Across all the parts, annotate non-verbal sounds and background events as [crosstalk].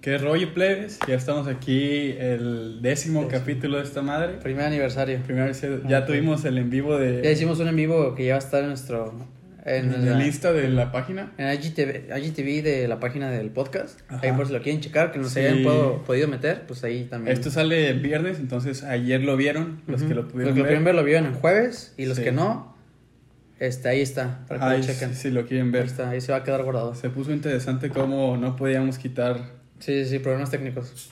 ¿Qué rollo, plebes? Ya estamos aquí, el décimo Décimo. capítulo de esta madre. Primer aniversario. Primero, ya tuvimos el en vivo Ya de, hicimos un en vivo que ya va a estar en nuestro. En, en la- el Insta de la página. en IGTV, IGTV de la página del podcast. Ajá. Ahí por si lo quieren checar, que no Sí. se hayan pod- podido meter, pues ahí también. Esto sale el viernes, entonces ayer lo vieron, los Ujú. que lo pudieron Los que ver. lo ver lo vieron en jueves y los Sí. que no, este, ahí está, para que Ay, lo chequen. si, si lo quieren Ahí ver. está, ahí se va a quedar guardado. Sí, Se puso interesante cómo no podíamos quitar. sí, sí, problemas técnicos.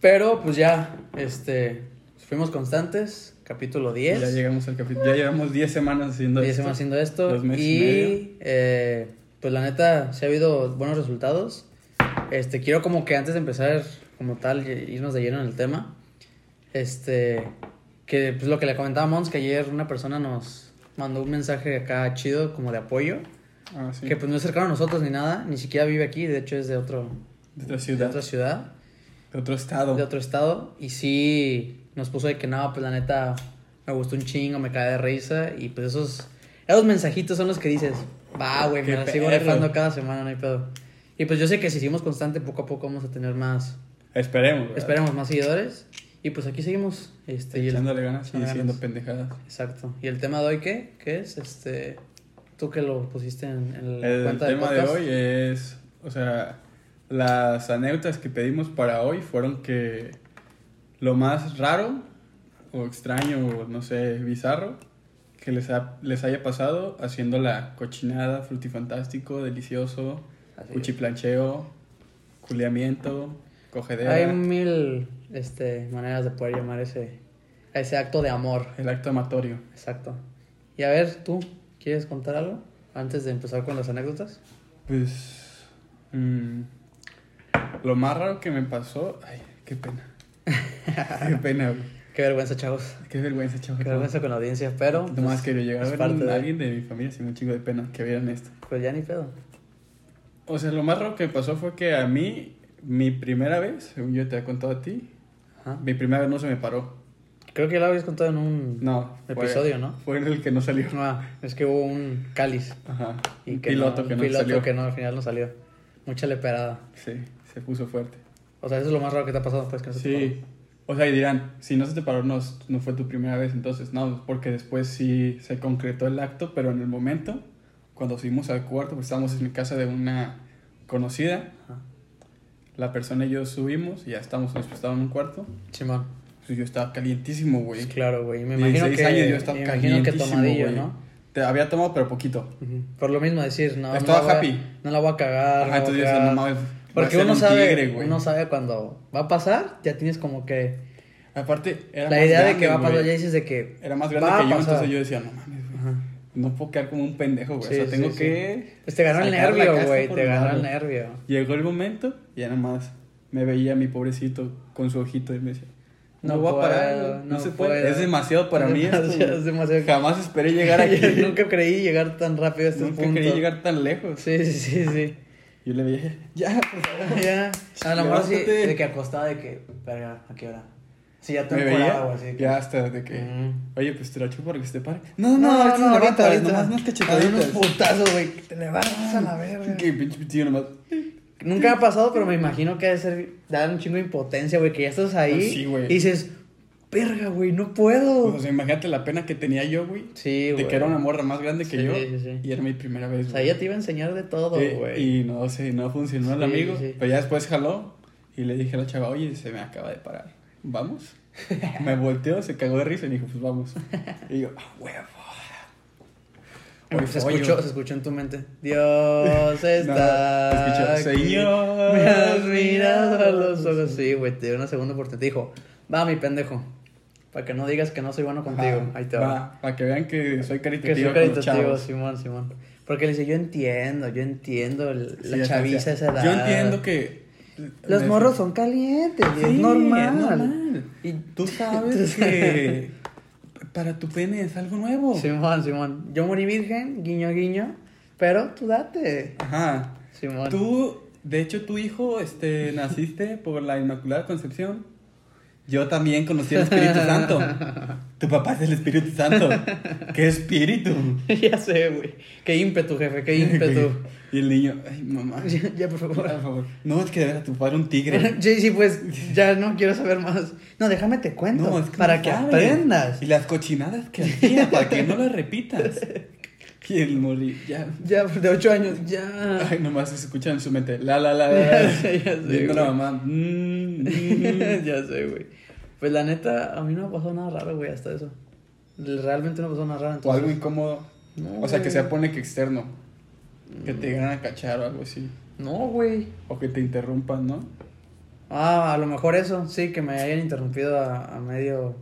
Pero pues ya, este, fuimos constantes, capítulo 10. Ya llegamos al capítulo. Ya llevamos 10 semanas haciendo 10 esto. semanas haciendo esto. Dos meses y y medio. eh, pues la neta, se ha habido buenos resultados. Este, quiero como que antes de empezar como tal, y- irnos de lleno en el tema. Este, que pues lo que le comentaba a Mons, que ayer una persona nos mandó un mensaje acá chido, como de apoyo. Ah, sí. Que pues no es cercano a nosotros ni nada, ni siquiera vive aquí, de hecho es de, otro, De otra de ciudad, otra ciudad, de otro estado. de otro estado. Y sí, nos puso de que no, pues la neta me gustó un chingo, me cae de risa. Y pues esos, esos mensajitos son los que dices, va, güey, Qué me la sigo perro. rifando cada semana, no hay pedo. Y pues yo sé que si seguimos constante, poco a poco vamos a tener más, Esperemos. ¿verdad? esperemos más seguidores. Y pues aquí seguimos. Este, y el- Echándole ganas y Echándole diciendo ganas. pendejadas. Exacto. ¿Y el tema de hoy qué? ¿Qué es? Este, tú que lo pusiste en, en la El cuenta tema del de podcast. hoy es, o sea, las anécdotas que pedimos para hoy fueron que lo más raro o extraño o no sé, bizarro que les, ha- les haya pasado haciendo la cochinada, frutifantástico, delicioso, Así es. cuchiplancheo, culeamiento, cogedera, Hay mil este, maneras de poder llamar ese, a ese acto de amor. el acto amatorio. Exacto. Y a ver, tú, ¿quieres contar algo antes de empezar con las anécdotas? Pues mm, lo más raro que me pasó, ay, qué [laughs] pena. qué pena, güey. Qué vergüenza, chavos. Qué vergüenza, chaval. Qué vergüenza con la audiencia, pero. No más quería llegar pues es a ver parte un- de- alguien de mi familia sin un chingo de pena que vieran esto. Pues ya ni pedo. O sea, lo más raro que pasó fue que a mí, mi primera vez, según yo te he contado a ti, Ajá. mi primera vez no se me paró. Creo que ya lo habías contado en un No. fue- episodio, ¿no? Fue en el que no salió. Ah, es que hubo un cáliz. Ajá. Y un que piloto no, que un no piloto salió. que no, al final no salió. Mucha leperada. Sí, se puso fuerte. O sea, eso es lo más raro que te ha pasado, pues, que no se te Sí. O sea, y dirán, si no se te paró, no, no fue tu primera vez, entonces, no, porque después sí se concretó el acto, pero en el momento, cuando subimos al cuarto, pues estábamos en casa de una conocida, Ajá. la persona y yo subimos, y ya estamos hospedados en un cuarto, paró. Simón. pues yo estaba calientísimo, güey. Pues claro, güey. Me imagino 16 que. años yo estaba me imagino que calientísimo, tomadillo, güey. ¿no? Te había tomado, pero poquito. Ujú. Por lo mismo decir, no. Estaba no la voy a- happy. no la voy a cagar. Ajá, no entonces voy a yo decía, cagar. no mames, voy a Ah, Porque ser uno un sabe, tigre, güey. uno sabe cuando va a pasar, ya tienes como que Aparte, era la más idea de grande, que va a pasar, güey. ya dices de que Era más grande va a que yo, pasar. entonces yo decía, no mames, güey. Ajá. No puedo quedar como un pendejo, güey. Sí, o sea, tengo sí, sí. que. Pues te ganó el sacar la nervio, casta güey, por te el ganó barro. el nervio. Llegó el momento y ya nomás me veía mi pobrecito con su ojito y me decía, no, No voy a parar, puedo, güey, no, no se puede. puedo. Es demasiado [laughs] para Es mí esto, demasiado, güey. es demasiado. Jamás esperé llegar [laughs] aquí. Yo nunca creí llegar tan rápido a este Nunca punto. quería llegar tan lejos. Sí, sí, sí, [laughs] sí. Yo le veía, ya, por [laughs] favor. [laughs] ya, a lo mejor sí, Levántate. de que acostada, de que, verga, ¿a qué hora? Sí, ya te Me encuadraba, veía, güey, así. que- Mm. ya hasta de que, Ujú. oye, pues te la chupo para que se te pare. No, no, no, ahorita no, ahorita, ahorita, ahorita. Ah, nomás unas Hay unos cachetadas. putazos, güey, que te levantas a la verga. Que pinche tío nomás. Nunca me ha pasado, pero me imagino que ha de ser dar un chingo de impotencia, güey, que ya estás ahí Pues sí, güey. y dices, "Verga, güey, no puedo." O sea, imagínate la pena que tenía yo, güey. Oh. sí, de güey. que era una morra más grande que Sí, yo. sí, sí. Y era mi primera vez, O sea, güey. ella te iba a enseñar de todo, Eh, güey. y no sé, no funcionó el Sí, amigo. sí. Pero ya después jaló y le dije a la chava, oye, se me acaba de parar. [laughs] ¿Vamos? me volteó, se cagó de risa y me dijo, pues vamos. Y yo, ah, huevo. Hoy pues, se soy escuchó, yo. se escuchó en tu mente. [laughs] Dios está. escuché, aquí. "Señor". Me has mirado a los ojos. Sí, güey, te dio una segunda oportunidad. Te dijo, va, mi pendejo. Para que no digas que no soy bueno contigo. Ajá, Ahí te va. va, Para que vean que soy Que caritativo. soy con los caritativo, chavos. Simón, Simón. Porque le dice, yo entiendo, yo entiendo el- Sí, la ya chaviza sabía. esa edad. Yo entiendo que. Los me- morros son calientes, y es Sí, normal. es normal. Y [laughs] Tú sabes que. Para tu pene es algo nuevo. Simón, Simón. Yo morí virgen, guiño, guiño. Pero tú date. Ajá. Simón. Tú, de hecho, tu hijo este, naciste por la Inmaculada Concepción. Yo también conocí al Espíritu Santo. Tu papá es el Espíritu Santo. ¿Qué espíritu? [laughs] ya sé, güey. Qué ímpetu, jefe, [laughs] qué ímpetu. Y el niño, ay, mamá. ya, ya, [laughs] por favor. Por favor. No, es que de veras tu padre era un tigre. Sí, sí, pues ya no quiero saber más. No, déjame te cuento. No, es que para no que sabe. aprendas. Y las cochinadas que hacía, para que no las repitas. Y el morir, ya. Ya, de ocho años, ya. Ay, nomás se escucha en su mente. La, la, la, la. [laughs] Ya la. sé, ya sé, Viendo la güey. mamá. mm, mm. [laughs] ya sé, güey. Pues la neta, a mí no me pasó nada raro, güey, hasta eso. Realmente no me pasó nada raro. [laughs] O mm. algo Entonces, incómodo. No, O sea, que güey. sea pone que externo. Que Mm. te llegan a cachar o algo así. No, güey. O que te interrumpan, ¿no? Ah, a lo mejor eso, sí, que me hayan interrumpido a, a medio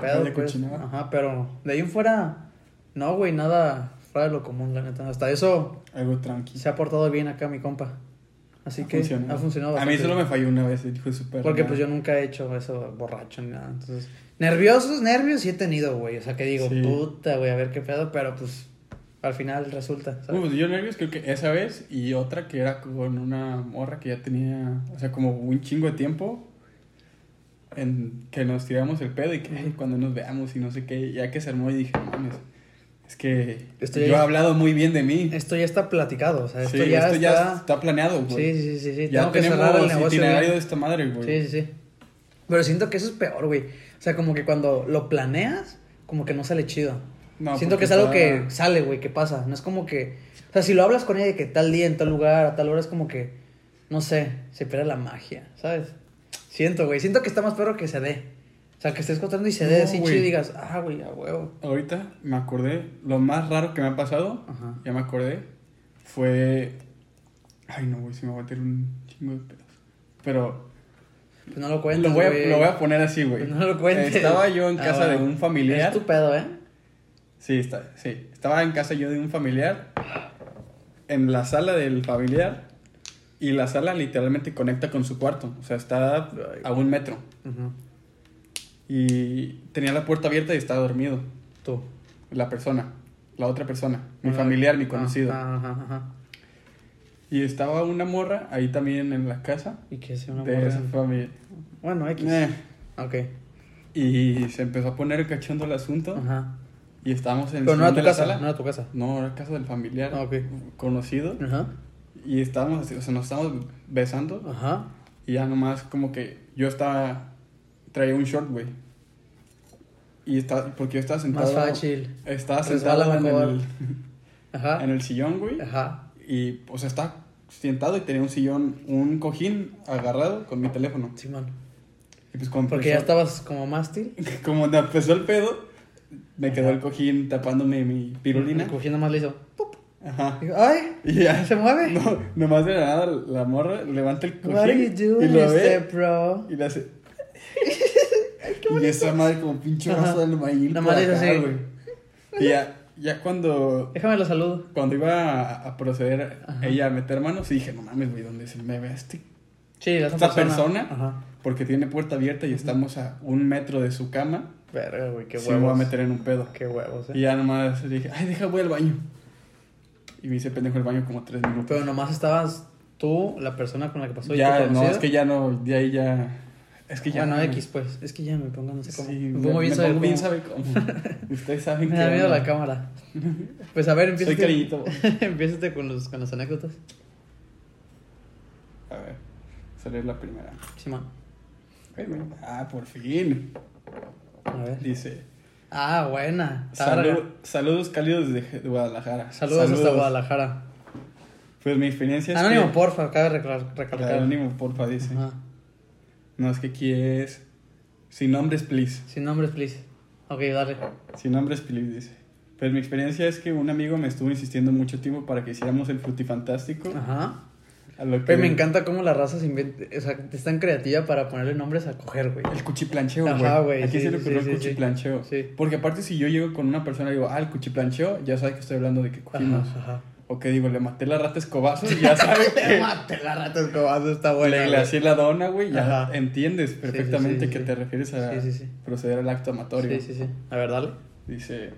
pedo, Media pues. cochinada. Ajá, pero de ahí en fuera, no, güey, nada fuera de lo común, la neta. Hasta eso Algo tranquilo. se ha portado bien acá mi compa. Así que ha funcionado A mí bastante solo me bien. falló una vez, el hijo de su perra. Porque pues yo nunca he hecho eso borracho ni nada, entonces... Nerviosos, nervios sí he tenido, güey. O sea, que digo, Sí. puta, güey, a ver qué pedo, pero pues al final resulta, Bueno, ¿sabes? pues yo nervios creo que esa vez y otra que era con una morra que ya tenía, o sea, como un chingo de tiempo en que nos tiramos el pedo y que "Ay, cuando nos veamos y no sé qué, ya que se armó y dije, "No mames, es que Estoy- yo he hablado muy bien de mí. Esto ya está platicado, o sea, esto Sí, ya esto está... ya está planeado, güey. Sí, sí, sí, sí. ya Tengo que cerrar el tenemos negocio. itinerario bien. de esta madre, güey. Sí, sí, sí. Pero siento que eso es peor, güey. O sea, como que cuando lo planeas, como que no sale chido. No, siento porque que es algo está- que sale, güey, que pasa. No es como que. O sea, si lo hablas con ella de que tal día, en tal lugar, a tal hora, es como que. No sé, se pierde la magia, ¿sabes? Siento, güey. Siento que está más perro que se dé. O sea, que estés contando y se dé No, así güey. chido y digas, ah, güey, a huevo. Ahorita me acordé, lo más raro que me ha pasado, Ajá. ya me acordé, fue... Ay, no, güey, se me va a meter un chingo de pedos. Pero Pues no lo cuentes. lo, voy a, güey. lo voy a poner así, güey. Pues no lo cuentes. Estaba yo en Ah, casa de bueno. un familiar. Es tu pedo, ¿eh? Sí, está, sí, estaba en casa yo de un familiar, en la sala del familiar, y la sala literalmente conecta con su cuarto, o sea, está a un metro. Ujú. Y tenía la puerta abierta y estaba dormido, Tú. la persona, la otra persona, mi Ah, familiar, mi ah, conocido. Ajá, ajá, ajá. Y estaba una morra ahí también en la casa ¿Y qué es una de morra? Pues, esa familia. Bueno, X. Eh, Ok. Y se empezó a poner cachondo el asunto Ajá. y estábamos en el Pero no salón era de tu la casa, sala. no era tu casa. No, era casa del familiar Ah, ok. conocido Ajá. y estábamos así, o sea, nos estábamos besando Ajá. y ya nomás como que yo estaba traía un short, güey. Y está porque yo estaba sentado Más fácil. estaba Resbala sentado en el, mejor. Ajá. en el sillón, güey, Ajá. y o sea, estaba sentado y tenía un sillón, un cojín agarrado con mi teléfono. Simón. Y pues cuando Porque ya empezó- estabas como mástil. como me empezó el pedo, me quedó el cojín tapándome mi pirulina. Cogiendo más liso. Ajá. Digo, ¡Ay! Y ya [laughs] ¿Se mueve? No, nomás de la nada la morra levanta el What are you cojín y doing, lo este ve bro? y le hace. [laughs] y esa madre como pinche Ajá. brazo del maíz. Nomás le hizo así. Y ya, ya cuando, Déjame lo saludo. cuando iba a, a proceder Ajá. ella a meter manos, y dije, no mames, güey, ¿dónde se me ve este? Sí, la Esta otra persona, Ajá. porque tiene puerta abierta y estamos a un metro de su cama. Verga, güey, qué se me va a huevos. meter en un pedo. Qué huevos, eh. Y ya nomás dije, ay, deja, voy al baño. Y me hice pendejo el baño como tres minutos. Pero nomás estabas tú, la persona con la que pasó. y ya, tu no, conocido. es que ya no, de ahí ya. Es que ya. Bueno, no, X, pues. Es que ya me pongo, no sé Sí, cómo. me, me pongo bien, me saber pongo bien cómo. sabe [laughs] cómo. Ustedes saben Me da miedo onda. la cámara. Pues a ver, Soy [laughs] empieza. cariñito. Empiézate con, los, con las anécdotas. A ver, salió la primera. Simón. Ay, güey. Ah, por fin. A ver. Dice: Ah, buena. Está larga. "Salu- Saludos cálidos desde Guadalajara. Saludos, hasta Guadalajara. Pues mi experiencia es. Anónimo, que- porfa, cabe recla- recalcar. Anónimo, porfa, dice. Ajá. No, es que aquí es. Sin nombres, please. Sin nombres, please. Ok, dale. Sin nombres, please, dice. Pues mi experiencia es que un amigo me estuvo insistiendo mucho tiempo para que hiciéramos el frutifantástico. Ajá. A lo que Pero Ah. Pues me encanta cómo la raza se inventa. O sea, es tan creativa para ponerle nombres a coger, güey. El cuchiplancheo, güey. Ajá, güey, Aquí sí, se le sí, ocurrió sí, el sí. cuchiplancheo. Sí. Porque aparte si yo llego con una persona y digo, ah, el cuchiplancheo, ya sabe que estoy hablando de que Ajá, cogimos. ajá. O que digo, le maté la rata escobazo, ya [laughs] sabe Te que mate la rata escobazo, está buena. le güey. glacié la dona, güey. Ya Ajá. entiendes perfectamente sí, sí, que sí. te refieres a Sí, sí, sí. proceder al acto amatorio. Sí, sí, sí. A ver, dale. Dice...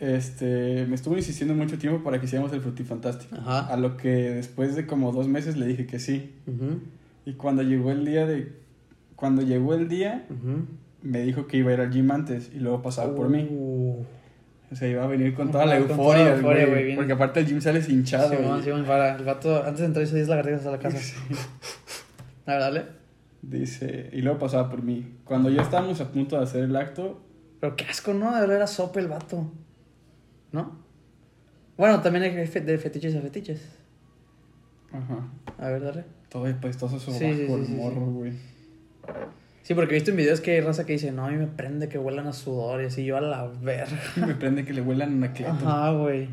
Este, me estuvo insistiendo mucho tiempo para que hiciéramos el frutifantástico. Ajá. A lo que después de como dos meses le dije que sí. Ujú. Y cuando llegó el día de cuando llegó el día, Ujú. me dijo que iba a ir al gym antes y luego pasaba por mí. Uh, O sea, iba a venir con toda la Ajá, con toda la euforia, euforia, güey, güey, bien. Porque aparte el gym sales hinchado. Simón, güey. Simón, para. El vato, antes de entrar, hizo 10 lagartijas a [laughs] la casa. A ver, dale. Dice, y luego pasaba por mí. Cuando ya estábamos a punto de hacer el acto, Pero qué asco, ¿no? De verdad era sope el vato. ¿No? Bueno, también hay fe- de fetiches a fetiches. ajá, A ver, dale. todo espestoso su Sí, sí, bajo el sí, sí, morro, güey. [laughs] Sí, porque he visto en videos que hay raza que dice, no, a mí me prende que huelan a sudores y yo a la verga. Y me prende que le huelan una cleta. Ajá, güey.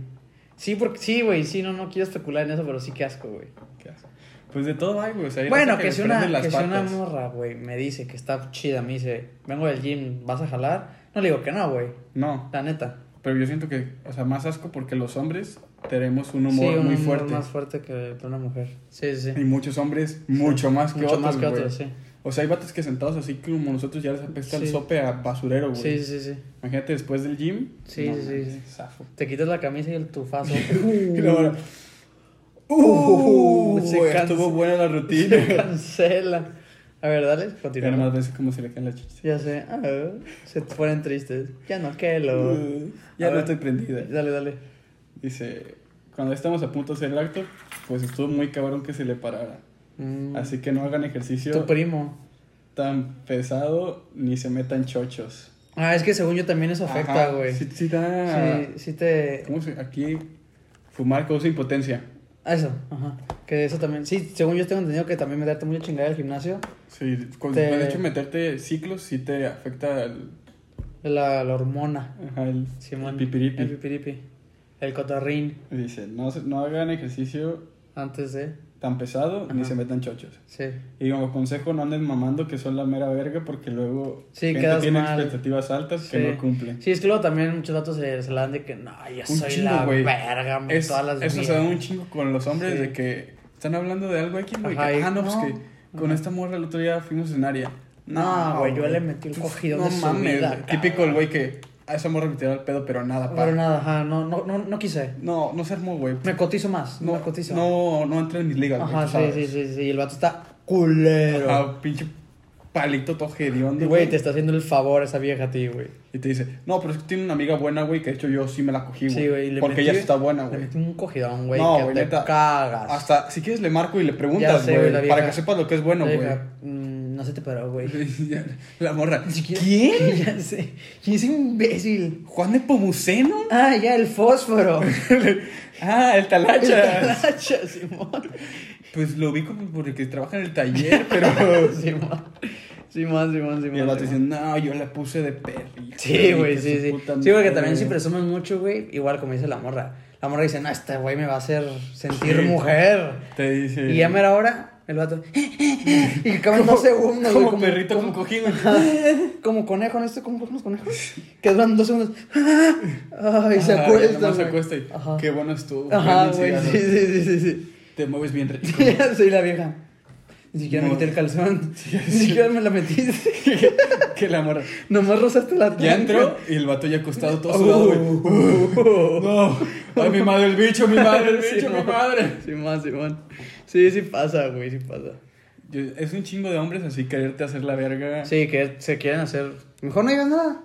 Sí, porque, sí, güey, sí, no, no quiero especular en eso, pero sí que asco, güey. Qué asco. Pues de todo hay, güey. O sea, hay Bueno, raza que, le si, prenden una, las que si una patas. morra, güey, me dice que está chida, me dice, vengo del gym, ¿vas a jalar? No le digo que no, güey, No, la neta. pero yo siento que, o sea, más asco porque los hombres tenemos un sí, humor un muy humor fuerte. más fuerte que el de una mujer. Sí, sí, Y sí. muchos hombres, mucho más que Mucho otros. más que güey. otros, sí. O sea, hay vatos que sentados así como nosotros ya les apesta el Sí. sope a basurero, güey. Sí, sí, sí. Imagínate después del gym. Sí, sí, sí, mames, sí. Zafo. Te quitas la camisa y el [laughs] tufazo. Y luego ahora, Uh, ¡Uh! se güey, cansa. estuvo buena la Se [laughs] rutina. cancela. A ver, dale, Ya nomás continúa. veces como se le caen las chichis. Ya sé, ah, se te ponen tristes. Ya no, que lo. Uh, ya A no ver. estoy prendida. Dale, dale. Dice, cuando estamos a punto de hacer el acto, pues estuvo muy cabrón que se le parara. Mm, Así que no hagan ejercicio Tu primo. tan pesado ni se metan chochos. Ah, es que según yo también eso afecta, Ajá, güey. Sí, ah. Sí, sí da- sí te. ¿Cómo se- Aquí fumar causa impotencia. Ah, eso, ajá. Que eso también. Sí, según yo tengo entendido que también meterte mucha chingada al gimnasio. Sí, con, Te- de hecho meterte ciclos sí te afecta el, La, la hormona. ajá, el- Simón. el pipiripi. El pipiripi. El cotorrín. Dice, no, se- no hagan ejercicio Antes de. tan pesado ni Ajá. se metan chochos. Sí. Y como consejo, no anden mamando que son la mera verga porque luego Sí, quedas tiene mal. expectativas altas Sí. que no cumplen. Sí, es que luego también muchos datos se, se la dan de que no, yo Un soy chingo, la güey. verga, güey, Es- todas las eso se mías". da un chingo con los hombres Sí. de que están hablando de algo aquí, güey. que, Ajá, y- Ah, no, pues no. que con esta morra el otro día fuimos en área. No, güey, yo le metí el cogido de su vida, güey. Típico el cabrón. güey que a esa morra me tiró el pedo, pero nada, pa. Pero nada, ajá, no, no, no, no quise. No, no se armó, güey. Me cotizo más, no, No, me cotizo. no, no entra en mis ligas, güey. ajá, tú sí, sabes. sí, sí, sí, y el vato está culero. Ajá, pinche palito todo Y, hediondo, güey, te está haciendo el favor esa vieja a ti, güey. Y te dice, no, pero es que tiene una amiga buena, güey, que de hecho yo sí me la cogí, Sí, güey, y güey. le Porque metí- ella sí está buena, Le güey. metí un cogidón, güey, No, que güey, te neta. cagas. Hasta, si quieres, le marco y le Ya preguntas, sé, güey, la güey. Para vieja. que sepas lo que es bueno, La güey. vieja, "Mm, no se te [laughs] paró, güey. Ya, La morra. ¿Quién? [laughs] Ya sé. ¿Quién es imbécil? ¿Juan de Pomuceno? Ah, ya, [laughs] el fósforo. Ah, el El talacha. talacha, Simón. Pues lo ubico porque trabaja en el taller, [laughs] pero. [laughs] Simón. Simón, Simón, Y el Simón. vato dice, Simón. no, yo la puse de perri. Sí, güey, que sí, su sí. puta Sí, porque madre". también si presumes mucho, güey, igual como dice la morra. La morra dice, no, este güey me va a hacer sentir Sí. mujer. Te dice. Y ya mera hora, el vato. "Eh, y caben dos segundos, güey. Como, perrito, como, cojín. [laughs] [laughs] Como conejo, ¿no? ¿Este ¿Esto como unos conejos? Que duran dos segundos. [laughs] Ay, se Ah, ya acuesta. nomás se güey. acuesta y. Ajá. Qué bueno estuvo. Ajá, prende un cigarro". güey. Sí, sí, sí, sí. sí. Te mueves bien rico. [laughs] [laughs] Soy la vieja. Ni siquiera me No. quité [laughs] el calzón. Ni siquiera me la metí. [laughs] que la morra. Nomás rozaste la Ya tanga. [laughs] entró y el vato ya acostado todo Oh. sudado, güey. [laughs] No. Ay, mi madre, el bicho, mi madre, el Sí, bicho, mi no. madre. Simón, Simón. Sí, sí pasa, güey, sí pasa. Yo- es un chingo de hombres así quererte hacer la verga. Sí, que se quieren hacer. Mejor no digas nada.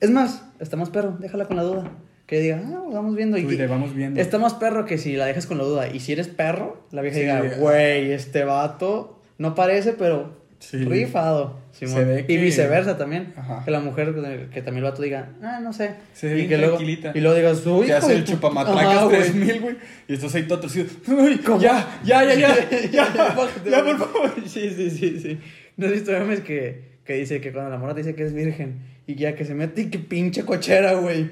Es más, está más perro, déjala con la duda. Que diga, ah, vamos viendo. Y Tú que- le vamos viendo. Está más perro que si la dejas con la duda. Y si eres perro, la vieja Sí. diga, güey, este vato no parece, pero Sí. rifado. Simón. Se ve Y que- viceversa también. Ajá. Que la mujer, eh, que- que también el vato diga, ah, no sé. Se ve y bien que luego, tranquilita. Y luego digas, uy, Te hace el chupamatracas 3000, güey. Y estás ahí todo torcido. ¡Ay, ya, ya, ya, [laughs] ya, ya, ya, bájate, ya, güey. por favor. Sí, sí, sí, sí. ¿No has visto memes que, que dice que cuando la morra te dice que es virgen y ya que se mete y que pinche cochera, güey?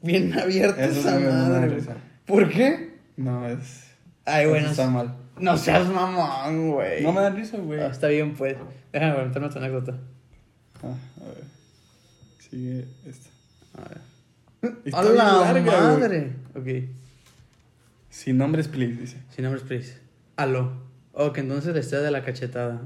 Bien abierta Eso esa sí me da una madre. risa. ¿Por qué? No, es. Ay, eso bueno. Está mal. No seas mamón, güey. No me dan risa, güey. Ah, Ah, Está bien, pues. Déjame contarme [laughs] otra anécdota. Ah, a ver. Sigue esta. Está ¡A bien la larga, güey. madre! Ok. Sin nombres, please, dice. Sin nombres, please. Aló. Ok, entonces la historia de la cachetada.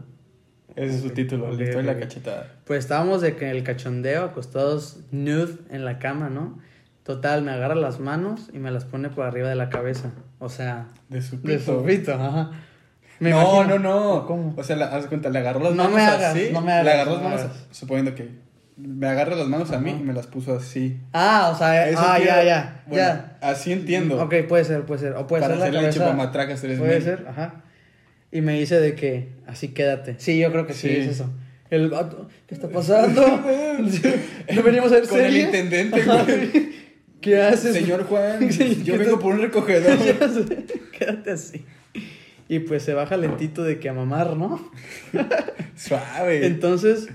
Ese es su título, Ok, la historia de ok. la cachetada. Pues estábamos de que en el cachondeo, acostados nude en la cama, ¿no? Total, me agarra las manos y me las pone por arriba de la cabeza. O sea, De su de pito. sofrito, ajá. Me no, imagino. no, no. ¿Cómo? O sea, la- haz de cuenta, le agarró las No manos me hagas, así. no me hagas, Le agarró las no me manos, hagas. suponiendo que me agarra las manos a mí y me las puso así. Ah, o sea, Eso ah, quiero- ya, ya, bueno, ya. Así entiendo. Ok, puede ser, puede ser. O puede Para ser Pues hacerle la el cabeza. chupamatracas tres Puede mil. ser, ajá. Y me dice de que así quédate. Sí, yo creo que sí, Sí. es eso. El gato, ¿qué [laughs] está pasando? no [laughs] venimos a ver Con el series? intendente, Ajá, güey. güey. [laughs] ¿Qué haces? Señor Juan, Sí, yo [laughs] ¿qué vengo tal? por un recogedor. Ya sé, [laughs] quédate así. Y pues se baja lentito de que a mamar, ¿no? [laughs] Suave. Entonces,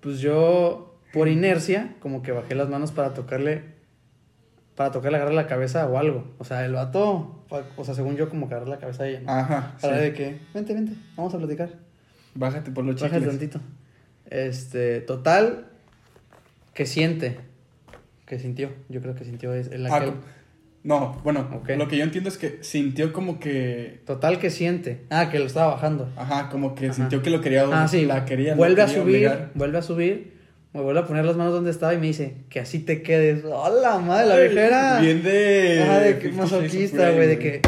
pues yo, por inercia, como que bajé las manos para tocarle. Para tocarle agarrar la cabeza o algo. O sea, el vato. O sea, según yo, como que agarrar la cabeza a ella. ¿no? Ajá. para Ah, sí. de que. Vente, vente, vamos a platicar. Bájate por los Bájale chicles. tantito. Este, total. Que siente. Que sintió. Yo creo que sintió es el Ah, aquel. co- No, bueno, Ok. lo que yo entiendo es que sintió como que. Total que siente. Ah, que lo estaba bajando. Ajá, como que Ajá. sintió que lo quería. Ah, sí. La quería. lo Vuelve a quería subir, obligar. vuelve a subir. Me vuelve a poner las manos donde estaba y me dice, que así te quedes. ¡Hola, madre! Ah, La viejera. Bien de. Ajá, de que Fifty Shades of masoquista, Grey, güey, de que.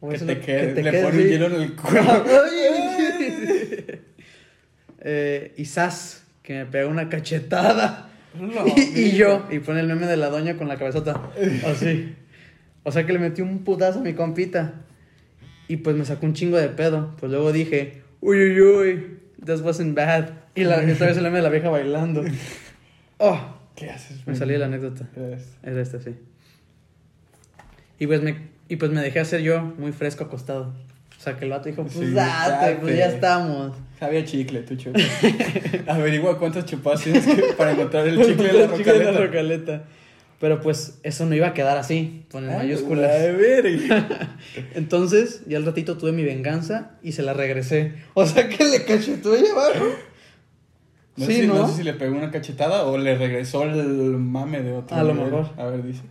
güey, Que eso te lo- quedes. que te le quedes, pone un sí. hielo en el [laughs] cuerpo. Ay. [laughs] eh, y sas, que me pega una cachetada. [laughs] No, y, y yo, mira. y pone el meme de la doña con la cabezota. Así. O sea que le metí un putazo a mi compita. Y pues me sacó un chingo de pedo. Pues luego dije, uy, uy, uy, this wasn't bad. Y la, y otra vez el meme de la vieja bailando. Oh, ¿Qué haces, me güey? salí la anécdota. Es- Era esta, sí. Y pues me, y pues me dejé hacer yo muy fresco acostado. O sea, que el vato dijo, pues Sí, date, pues date. ya estamos. Sabía chicle, tú [laughs] chupas. Averigua cuántos chupas tienes que- para encontrar el chicle de la [laughs] El chicle de la rocaleta. rocaleta. Pero pues eso no iba a quedar así, con el Ay, Ah, mayúsculas. la E. verga. Entonces, ya al ratito tuve mi venganza y se la regresé. O sea que le cachetué y abajo. No, sí, sé, si- ¿no? no sé si le pegó una cachetada o le regresó el mame de otro. A lo nivel. mejor. A ver, dice.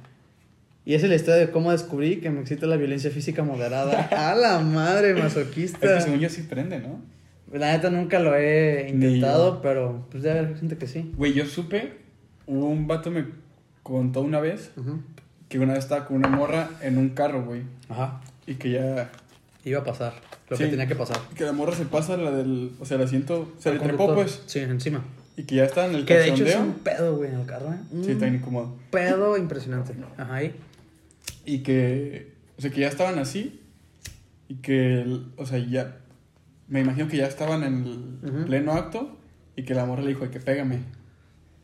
Y esa es la historia de cómo descubrí que me excita la violencia física moderada. [laughs] A la madre masoquista. Es que según yo sí prende, ¿no? La neta nunca lo he Ni intentado, pero pues debe haber gente que sí. Güey, yo supe, un vato me contó una vez que una vez estaba con una morra en un carro, güey. Ajá. Y que ya. Iba a pasar. Lo que Sí. tenía que pasar. Que la morra se pasa la del. O sea, el asiento. Se Al le trepó, conductor. pues. Sí, encima. Y que ya estaba en el Que de hecho es cachondeo. un pedo, güey, en el carro, ¿eh? Un Sí, está bien incómodo. pedo impresionante. Ajá, ahí. Y que. O sea, que ya estaban así. Y que. el- O sea, ya. Me imagino que ya estaban en el Ujú. pleno acto. Y que la morra le dijo de que pégame.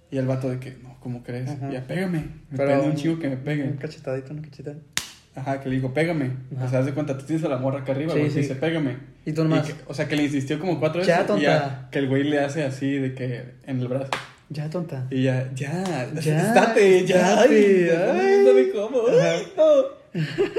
Y el vato de que, no, ¿cómo crees? Ajá. Ya pégame. Me Pero- prende un chico que me Un pegue. cachetadito, una cachetada. Ajá, que le dijo, pégame. Ajá. O sea, haz de cuenta, tú tienes a la morra acá arriba, Sí, güey. sí. y Dice, pégame. Y tú Y nomás. que- o sea, que le insistió como cuatro veces. Ya, y tonta. que el güey le hace así de que en el brazo. Ya, tonta. Y ya, ya, Ya, estate, ya. estate, ay. ay, no me como. Ajá. ay, no.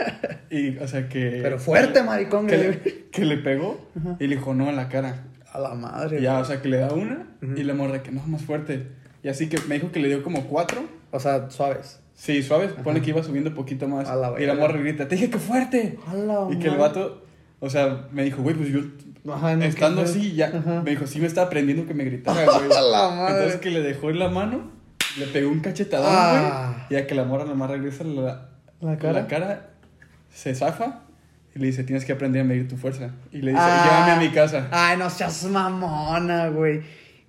Y, o sea, que. Pero fuerte, maricón. Que güey. le, que le pegó y le dijo no en la cara. A la madre. Y ya, o sea, que le da una Ujú. y la morra que no, más fuerte. Y así que me dijo que le dio como cuatro. O sea, suaves. Sí, suaves, pone que iba subiendo poquito más. A la y la verga. Oh, morra grita, te dije que fuerte. A la Y que el madre. vato, o sea, me dijo, güey, pues yo Ajá, no, qué estando feo. así, ya Ajá. me dijo, sí me estaba aprendiendo que me [laughs] gritara, güey. A la madre. Entonces que le dejó en la mano, le pegó un cachetadón, Ah. güey. Y a que la morra nomás regresa la, La cara. se zafa y le dice, tienes que aprender a medir tu fuerza. Y le dice, Ah. llévame a mi casa. Ay, no seas mamona, güey.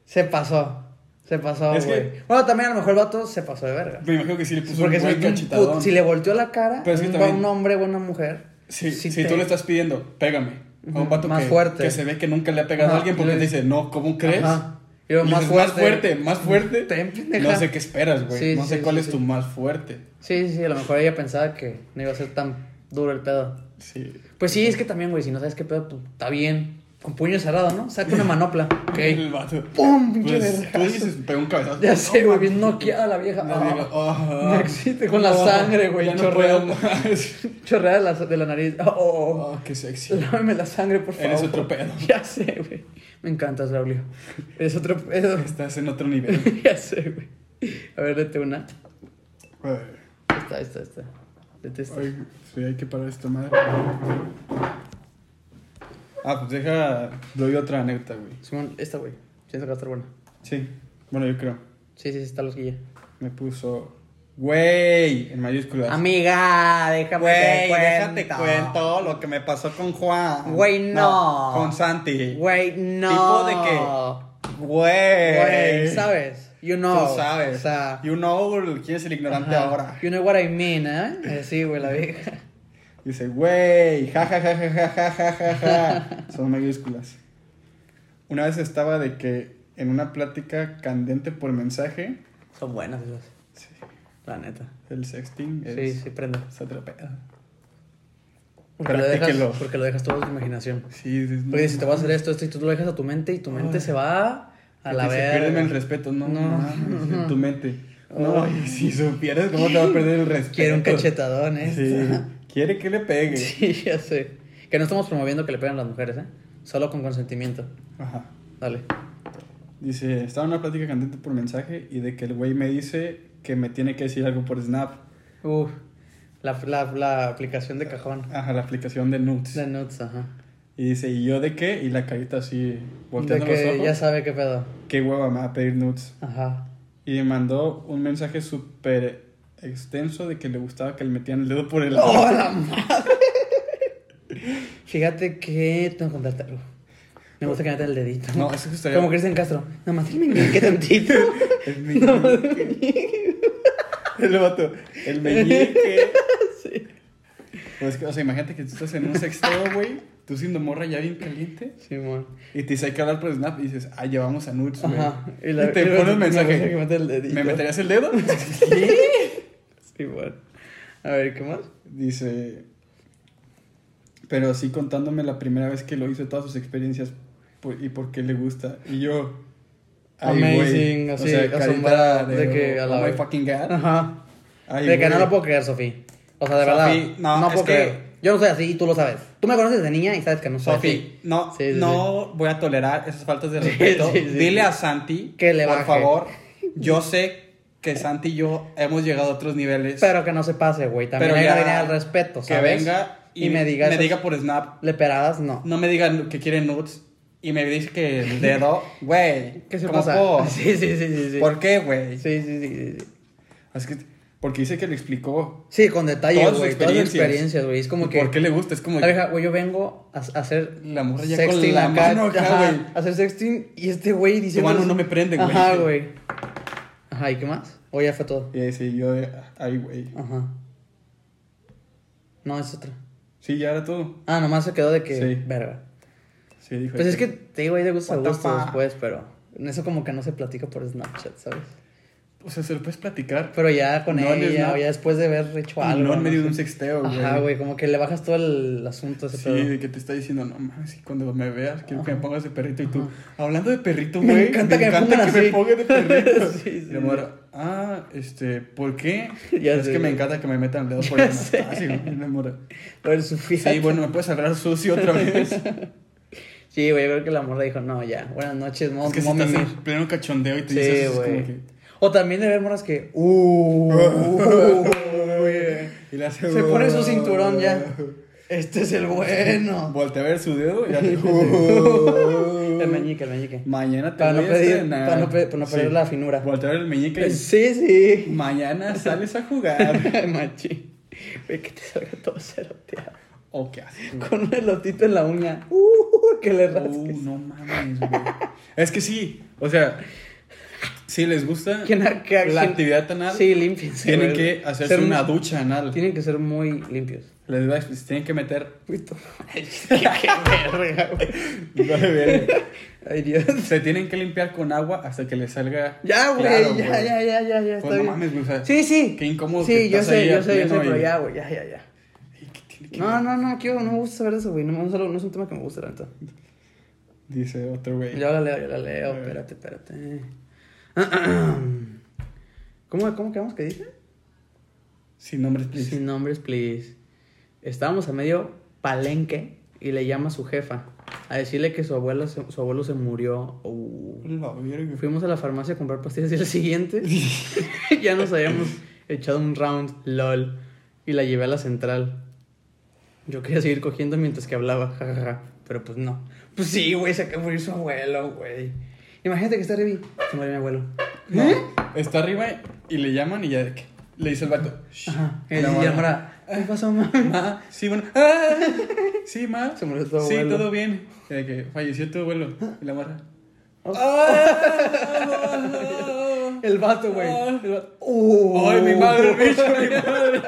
Se pasó. Se pasó, Es que- güey. Bueno, también a lo mejor el vato se pasó de verga. Me imagino que sí le puso Porque un si, buen un cachetadón. put- si le volteó la cara Pero es que un- a también- un hombre o una mujer. Sí, sí si te- tú le estás pidiendo, pégame. A un Ujú, vato más que, fuerte. que se ve que nunca le ha pegado Ajá, a alguien porque y te le- dice, no, ¿cómo crees? Ajá. Y luego, Y más dices, fuerte. más fuerte, Ten, más fuerte. pendeja. No sé qué esperas, güey. Sí, no sí, sé sí, cuál es sí. tu más fuerte. Sí, sí, sí, a lo mejor ella pensaba que no iba a ser tan duro el pedo. Sí. Pues sí, es que también, güey, si no sabes qué pedo, pues está bien. Con puño cerrado, ¿no? Saca [laughs] una manopla. El Ok. vato. ¡Pum! pinche Pues, tú vergazo. dices, pegó un cabezazo. Ya sé, No, güey, bien noqueada la vieja. no, Ah. digo, ah, Me excité con la no, sangre, güey, Ya no chorrea. puedo más. [laughs] Chorreada de la, de la nariz. Oh, oh, Oh, qué sexy. oh. Lávame la sangre, por favor. Eres otro pedo. [laughs] Ya sé, güey. Me encantas, Braulio. Eres otro pedo. [laughs] Estás en otro nivel. ya sé, güey. A ver, date una. Ay, Ahí Está, ahí está, ahí está. Date esta. ay, sí, hay que parar esta madre. Ah, pues deja. Doy otra anécdota, güey. Simón, esta, güey. Siento que va a estar buena. Sí, bueno, yo creo. Sí, sí, sí, está los guía. Me puso. Güey, en mayúsculas. Amiga, déjame Güey, te cuento. déjate cuento lo que me pasó con Juan. Güey, no. Con Santi. Güey, no. Tipo de Güey. Güey, ¿sabes? You know. Tú sabes. O sea, you know quién es el ignorante ajá. ahora. You know what I mean, ¿eh? Eh, Sí, güey, la vieja. Dice, güey, ja, ja, ja, ja, ja, ja, ja, ja, [laughs] ja. Son mayúsculas. Una vez estaba de que en una plática candente por mensaje, Son buenas esas. La neta. el sexting es... Sí, sí, prende. Es otra peda. Porque lo, dejas, Practíquelo. porque lo dejas todo a tu imaginación. Sí, dices, no Porque si te vas a hacer mames, esto, esto y tú lo dejas a tu mente y tu mente Ay. se va a la que se verga. pierden el respeto, no, No. no, en [laughs] tu mente. No, Ay. y si supieras cómo te va a perder el respeto. Quiero un cachetadón, ¿eh? Sí, quiere que le pegue. [laughs] Sí, ya sé. Que no estamos promoviendo que le peguen a las mujeres, ¿eh? Solo con consentimiento. Ajá. Dale. Dice, estaba en una plática candente por mensaje y de que el güey me dice que me tiene que decir algo por Snap. Uf. La, la, la aplicación de cajón. Ajá, la aplicación de nudes. De nuts, ajá. Y dice, ¿y yo de qué? Y la carita así, De volteando los que ojos. ya sabe qué pedo. Qué hueva me va a pedir nudes. Ajá. Y me mandó un mensaje súper extenso de que le gustaba que le metieran el dedo por [laughs] el Oh, lado. Fíjate que tengo que contarte algo. Me gusta que me metan el dedito. No, eso que estaría... Como Cristian Castro. Nada más el meñique tantito. [laughs] El Nada más meñique. el meñique. El vato. El meñique. [laughs] Sí. Pues, que, o sea, imagínate que tú estás en un sexteo, güey. Tú siendo morra ya bien caliente. Simón. Y te dice, hay que hablar por Snap. Y dices, ah, llevamos a nudes, güey. Ajá. Y, la- te y luego pone un Me gusta que mensaje. meta el dedito. ¿Me [laughs] meterías el dedo? [laughs] ¿Qué? Simón. A ver, ¿qué más? Dice. Pero así contándome la primera vez que lo hizo, todas sus experiencias por- y por qué le gusta. Y yo. ay, güey. Amazing, así, o sea, asombrada carita de, de que a la oh my vez. fucking god. Ajá. Ay, de que no güey. lo puedo creer, Sofía. O sea, de Sofi, verdad. No, no, es puedo que- creer. Yo no soy así y tú lo sabes. Tú me conoces de niña y sabes que no soy así. Sofi, no, Sí, sí, no voy a tolerar esas faltas de respeto. [laughs] sí, sí. Dile a Santi, Que le por baje. favor, [laughs] yo sé que Santi y yo hemos llegado a otros niveles. Pero que no se pase, güey. También Pero hay ya- que venir al respeto, que ¿sabes? venga y, me diga. esas diga por Snap. Leperadas, no. No me diga que quiere nudes y me dice que [laughs] el dedo, güey, ¿Qué se ¿cómo pasa? puedo? [laughs] Sí, sí, sí, sí. sí. ¿Por qué, güey? Sí, sí, sí, sí, sí. Es que- porque dice que le explicó Sí, con detalle, Todas sus güey. Todas las experiencias. experiencias, güey. Es como que. por qué le gusta. Es como La vieja, güey, yo vengo a, a hacer La morra ya sexting con la acá, mano acá, ajá, güey. a hacer sexting y este güey dice mano no me prende, güey. Ajá, güey. Ajá, ¿y qué más? O ya fue todo. Y dice, Eh, yo, de, ay, güey. Ajá. No, es otra. Sí, ya era todo. Ah, nomás se quedó de que. Sí. Verga. Sí, dijo. Pues es que te digo, ahí de gusto a What the gusto fuck? después, pero. En eso como que no se platica por Snapchat, ¿sabes? O sea, se lo puedes platicar. Pero ya con No en ella, Snap. o ya después de haber hecho Y algo. no en medio de un sé. sexteo, güey. Ajá, güey, como que le bajas todo el asunto a ese Sí, pedo. de que te está diciendo, no mames, y cuando me veas, quiero que me pongas de perrito. Y tú, hablando de perrito, [laughs] Me güey. encanta que me pongan que me así. pongan de perrito. [laughs] Sí, sí, Y la morra, ah, este, ¿por qué? [laughs] Ya es sé, que me güey. encanta que me metan el dedo por [laughs] Ya el sé. Así, güey, la morra. Por el sufijo. Sí, bueno, me puedes hablar sucio otra vez. es [laughs] Sí, güey, yo creo que la morra dijo, no, ya, buenas noches, mom, que si mommy. estás en pleno cachondeo y te Sí, dices, es güey. como que. O también de ver morras que, uh, [laughs] güey. Y le hace, se pone su cinturón ya. Este es el [laughs] bueno. Voltea a ver su dedo y [laughs] hace. El meñique, el meñique. Mañana te Para no voy a pedir, estrenar. para no, pe- para no perder Sí. la finura. Voltea a ver el meñique Eh, y Sí, sí. [laughs] Mañana sales a jugar. Machi. Güey, que te salga todo ceroteado. ¿O Oh, qué haces? güey? [laughs] Con un elotito en la uña. Uh, que le Uh, rasques. no mames, güey. Es que sí, o sea, si les gusta ¿Quién acá? Uh. la quién- actividad anal, Sí, límpiense. tienen güey. que hacerse Ser- una ducha anal. Tienen que ser muy limpios. Les voy a explicar, tienen que [laughs] meter. Uy, tu madre, Qué verga, güey. Vale, verga. Ay, Dios. Se tienen que limpiar con agua hasta que les salga. Ya, güey, claro, ya, güey. ya, ya, ya, ya, está Pues no bien. mames, güey. o sea, sí, sí. Qué incómodo Sí, que yo estás sé, ahí yo al sé, yo sé, pleno pero y- [laughs] ya, güey, ya, ya, ya. y que tiene que- No, no, no, quiero, no me gusta saber eso, güey. No, me gusta- no es un tema que me gusta, la neta. Dice otro güey. Yo la leo, yo la leo. A ver. Espérate, espérate. [clears throat] ¿Cómo, cómo quedamos que dice? Sin nombres, please. Sin nombres, please. Estábamos a medio palenque y le llama a su jefa a decirle que su abuelo se, su abuelo se murió. Uh. La verga. Fuimos a la farmacia a comprar pastillas y el [laughs] siguiente [laughs] ya nos habíamos echado un round, lol, y la llevé a la central. Yo quería seguir cogiendo mientras que hablaba, jajaja, pero pues no. Pues sí, güey, se acabó de morir su abuelo, güey. Imagínate que está arriba y se muere mi abuelo. No, está arriba y le llaman y ya de que. Le dice el vato. "Shh". Ajá. Y La morra, ahora, ¿qué pasó, mamá? Sí, bueno. "Ah, sí, ma. [laughs] Se murió tu Sí, abuelo. todo bien. Y de que falleció tu abuelo. Y la morra. Oh. El vato, güey. Ah. El vato. Oh. ¡Ay, mi madre, [laughs] bicho, mi madre!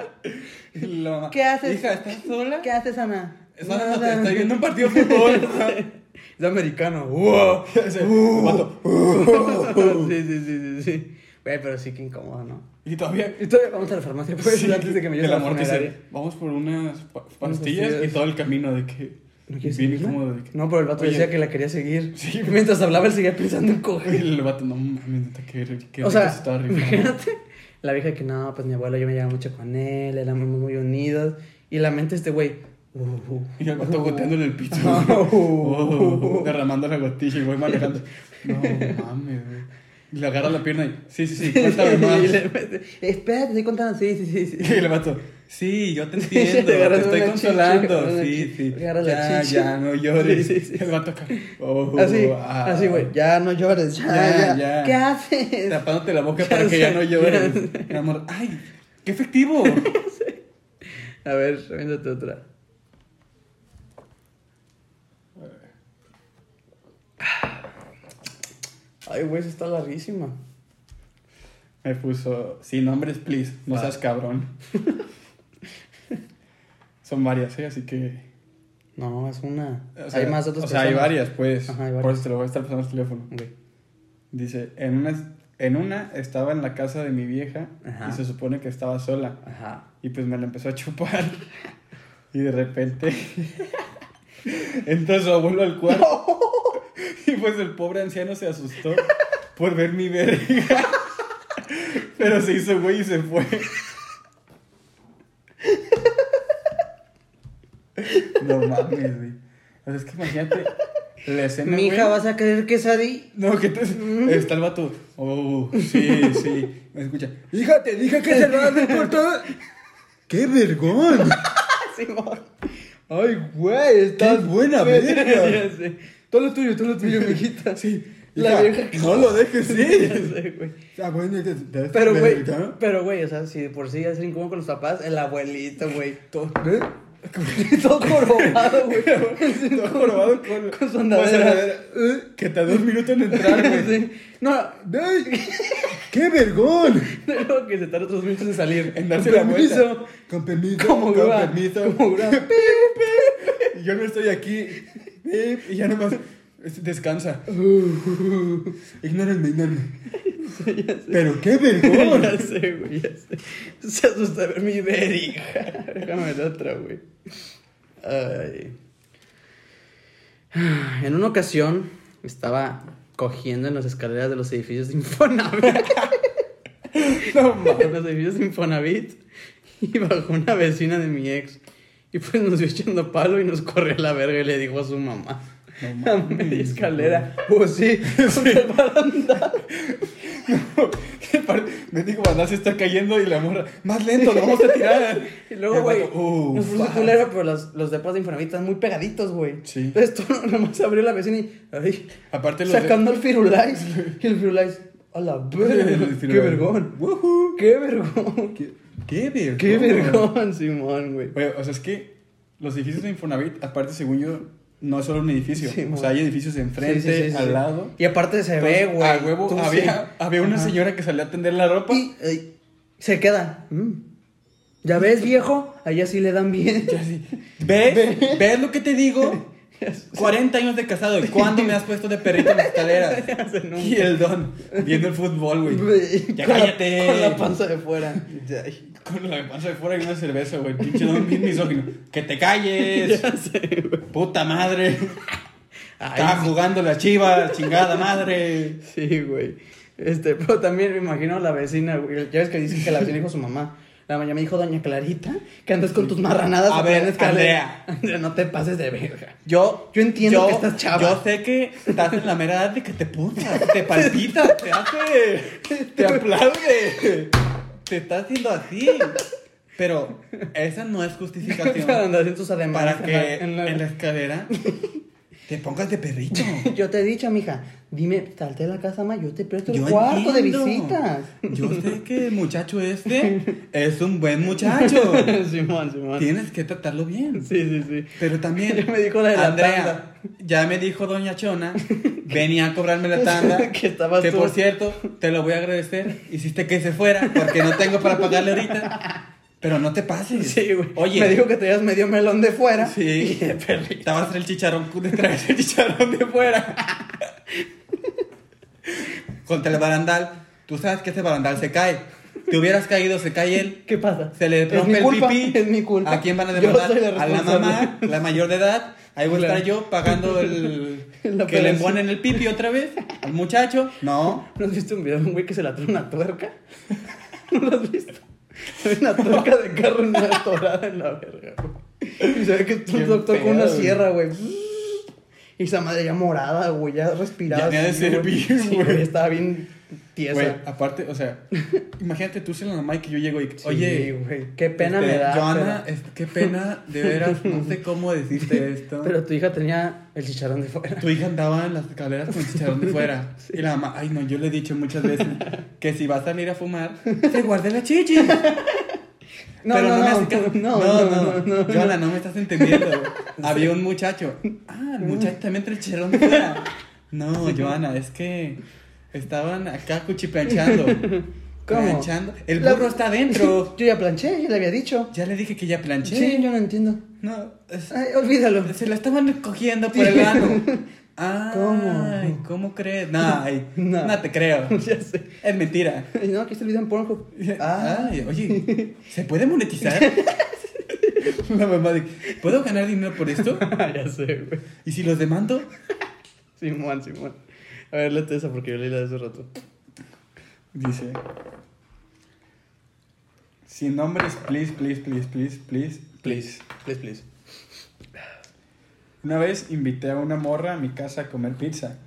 Y la mamá, ¿Qué haces? Hija, ¿estás sola? ¿Qué haces, Ana? Sola Nada. no te estoy viendo un partido de [laughs] fútbol. [laughs] Es americano. [laughs] ¡Wow! Ese, Uh. el vato, uh. sí, sí, sí, sí, sí. Güey, pero sí que incómodo, ¿no? Y todavía. Y todavía vamos a la farmacia, [laughs] pues, sí, antes de que me lleve el a la amor te dice, funeraria. Vamos por unas pa- pastillas pastillas. y todo el camino de que. ¿No quieres bien seguirla? incómodo de que. No, pero el vato Oye. decía que la quería seguir. Sí. Y [laughs] Mientras hablaba, él seguía pensando en coger. [laughs] Y el vato, no mames, neta, qué, qué rico o sea, se estaba rifando. [laughs] imagínate. La vieja que no, pues mi abuelo, yo me llevaba mucho con él, éramos muy unidos. Y la mente de este güey. uh, uh, Y el vato uh, goteándole el pito. Ah, güey. uh, [laughs] Oh, derramando la gotilla y voy [laughs] manejando. No mames, güey. Y le agarra la pierna y. Sí, sí, sí, cuéntame más. [laughs] Y le mete, Espérate, estoy contando. Sí, sí, sí. Y sí. el vato, sí, yo te [laughs] Sí, entiendo, te te agarran estoy una consolando, chichi, sí, te sí, agarran la ya, chichi. ya, no llores, [laughs] Sí, sí, sí. el vato acá, oh, Así, ah. así, güey. Ya no llores, ya, Ya, Uh, ya. ya. ¿Qué haces? tapándote la boca Ya para que sé, ya no llores, ya sé. mi amor, ay, qué efectivo, A ver, véndete otra. Ay, güey, esa está larguísima. me puso, sin nombres, please, no Va. seas cabrón, son varias, ¿eh? así que, No, es una. o sea, hay más otras o sea, hay personas. varias, pues, Ajá, hay varias. por eso te lo voy a estar pasando el teléfono, Ok. dice, en una, en una estaba en la casa de mi vieja Ajá. y se supone que estaba sola, Ajá. Y pues me la empezó a chupar. [laughs] Y de repente [laughs] entra su abuelo al cuarto. [laughs] Y pues el pobre anciano se asustó por ver mi verga. [laughs] Pero se hizo güey y se fue. [laughs] No mames, güey. O sea, es que imagínate la escena. Mi hija, güey. ¿vas a creer que es [laughs] Adi? No, que te... está el vato. Oh, sí, sí. Me escucha. Hija, te dije que se lo has ¡Qué vergón! Ah, Ay, güey, estás [laughs] [laughs] buena, verga. Ya sé. Todo lo tuyo, todo lo tuyo, mijita. Sí. La vieja [laughs] que- No lo dejes Ya ir. sé, güey. Ah, bueno, te- te- te- Pero, güey, verga. pero, güey, o sea, si de por sí ya ser incómodo con los papás, el abuelito, güey. Todo, ¿eh? [laughs] Todo jorobado, güey. [laughs] Todo [laughs] jorobado con, Con su andadera. ¿Eh? Que te da dos minutos en entrar, güey. [laughs] Sí. No, Ay, ¡Qué vergón! [laughs] tengo que se tarda otros minutos en salir. En darse la vuelta. Con permiso. Como con grúa, permiso. como grúa. [laughs] Pip, pip. Y Yo no estoy aquí. Pip. Y ya nomás. es- Descansa. [laughs] Ignórenme, ignórenme. [laughs] Pero qué vergón. ya sé, güey, ya sé. Se asusta ver mi verija. [laughs] Déjame ver otra, güey. Ay. [sighs] En una ocasión estaba cogiendo en las escaleras de los edificios de Infonavit. [laughs] No mames. en los edificios de Infonavit. Y bajó una vecina de mi ex. Y pues nos vio echando palo y nos corrió a la verga y le dijo a su mamá. No [laughs] A mames, media escalera. Oh, sí. [laughs] porque para andar. [laughs] Qué par- Me dijo, Bandal se está cayendo y la morra. Más lento, lo vamos a tirar. [laughs] Y Y luego, el güey, vato, "Uh, nos puso fuck". culero, pero los, los depas de Infonavit están muy pegaditos, güey. Sí. Entonces tú [laughs] nomás abrió la vecina y, ay, Aparte los de- sacando el firulais. Y el firulais, a la [laughs] verga, El qué firulais. vergón. Qué vergón. Qué, Qué vergón. vergón, [laughs] Simón, güey. Oye, o sea, es que los edificios de Infonavit, aparte, según yo, no es solo un edificio. Sí, o mo. sea, hay edificios enfrente, Sí, sí, sí, sí, al sí. lado. Y aparte se ve, Entonces, güey. A huevo, Tú había, sí. [laughs] había una Ajá. señora que salía a tender la ropa. Y ay, se queda. Mm. Ya ves, viejo, allá sí le dan bien. [laughs] Ya así, ¿Ves? ¿Ves lo que te digo? 40 años de casado, ¿y cuándo me has puesto de perrito en las [laughs] escaleras? sé, nunca. Y el don, viendo el fútbol, güey. Güey, Ya con la- cállate. con la panza de fuera. Ya, Con la panza de fuera y una cerveza, güey. Pinche don bien misógino. ¡Que te calles! [laughs] ya sé, güey. ¡Puta madre! Ay, Estaba jugando la chiva, chingada madre. Sí, güey. Este, pero también me imagino la vecina, güey. Ya ves que dicen que la vecina dijo su mamá. La mañana me dijo, Doña Clarita, que andas con tus marranadas. A acá en ver, la escalera". Andrea, no te pases de verga. Yo, Yo entiendo que estás chava. [laughs] Yo sé que estás en la mera edad de que te punzas, te palpitas, te hace, te aplaude. Te estás haciendo así. Pero esa no es Para justificación andar en tus ademanes. para en que la- en la- en la escalera Te pongas de perrito. Yo te he dicho, mija, dime, salte de la casa, ma, yo te presto el Yo cuarto entiendo. de visitas. [laughs] Yo sé que el muchacho este es un buen [laughs] muchacho. Simón, Simón. Sí, Tienes que tratarlo bien. sí, sí. Pero también. [laughs] Ya me dijo la de la Andrea, tanda. Ya me dijo Doña Chona. venía a cobrarme la tanda. [laughs] Que estabas Que tú. por cierto, te lo voy a agradecer. Hiciste que se fuera porque no tengo para pagarle ahorita. Pero no te pases. Sí, güey. Oye. Me dijo que tenías medio melón de fuera. Sí. [laughs] Y de perrito. Te vas a hacer el chicharrón, de traes el chicharrón de fuera. Contra el barandal. Tú sabes que ese barandal se cae. Te hubieras caído, se cae él. ¿Qué pasa? Se le Es rompe mi culpa, el pipí. Es mi culpa. ¿A quién van a Yo demandar? soy la a la mamá, responsable. la mayor de edad. Ahí voy a estar Claro. yo pagando [laughs] el. La que le operación. ponen el pipi otra vez al muchacho. No. ¿No has visto un video de un güey que se la trae una tuerca? [laughs] ¿No lo has visto? Se ve una tuerca de carro en una torada en la verga, güey. Y se ve que es Qué un doctor con pedo, una güey. sierra, güey. Y esa madre ya morada, güey, ya respirada. Ya ni ha de así, ser bien, Sí, güey. güey, estaba bien tiesa. Güey, aparte, o sea, imagínate tú siendo la mamá y que yo llego y. Sí, Oye. güey, qué pena este, me da. Joana, pero, es- qué pena, de [laughs] veras, no sé cómo decirte esto. pero tu hija tenía el chicharrón [laughs] de fuera. Tu hija andaba en las escaleras con chicharrón de [laughs] fuera. Y la mamá, ay no, yo le he dicho muchas veces que si va a salir a fumar, [laughs] se guarde la chichi. No, Pero no, me no, hace caso. no, no, no, no, no. Joana, no me estás [laughs] entendiendo. Había un muchacho. Ah, el muchacho también trae chicharrón de fuera. [laughs] No, Joana, es que estaban acá cuchipanchando. [laughs] ¿Cómo? Planchando. El La- burro está [laughs] adentro. Yo ya planché, ya le había dicho. Ya le dije que ya planché. Sí, yo no entiendo. No, es- Ay, [laughs] olvídalo. se la estaban cogiendo por el ano. Ay, ¿Cómo? [laughs] ¿Cómo? crees? No, ay, no. No. te creo. ya sé. Es mentira. Y [laughs] No, aquí está el video [laughs] en Pornhub. Ah, [laughs] Ay, oye, ¿se puede monetizar? La mamá de, ¿puedo ganar dinero por esto? ya sé, güey. ¿Y si los demando? Simón, Simón. A ver, léete esa porque yo leí la de hace rato. Dice. Sin nombres, please, please, please, please, please, please. Please, [laughs] please. Una vez invité a una morra a mi casa a comer pizza.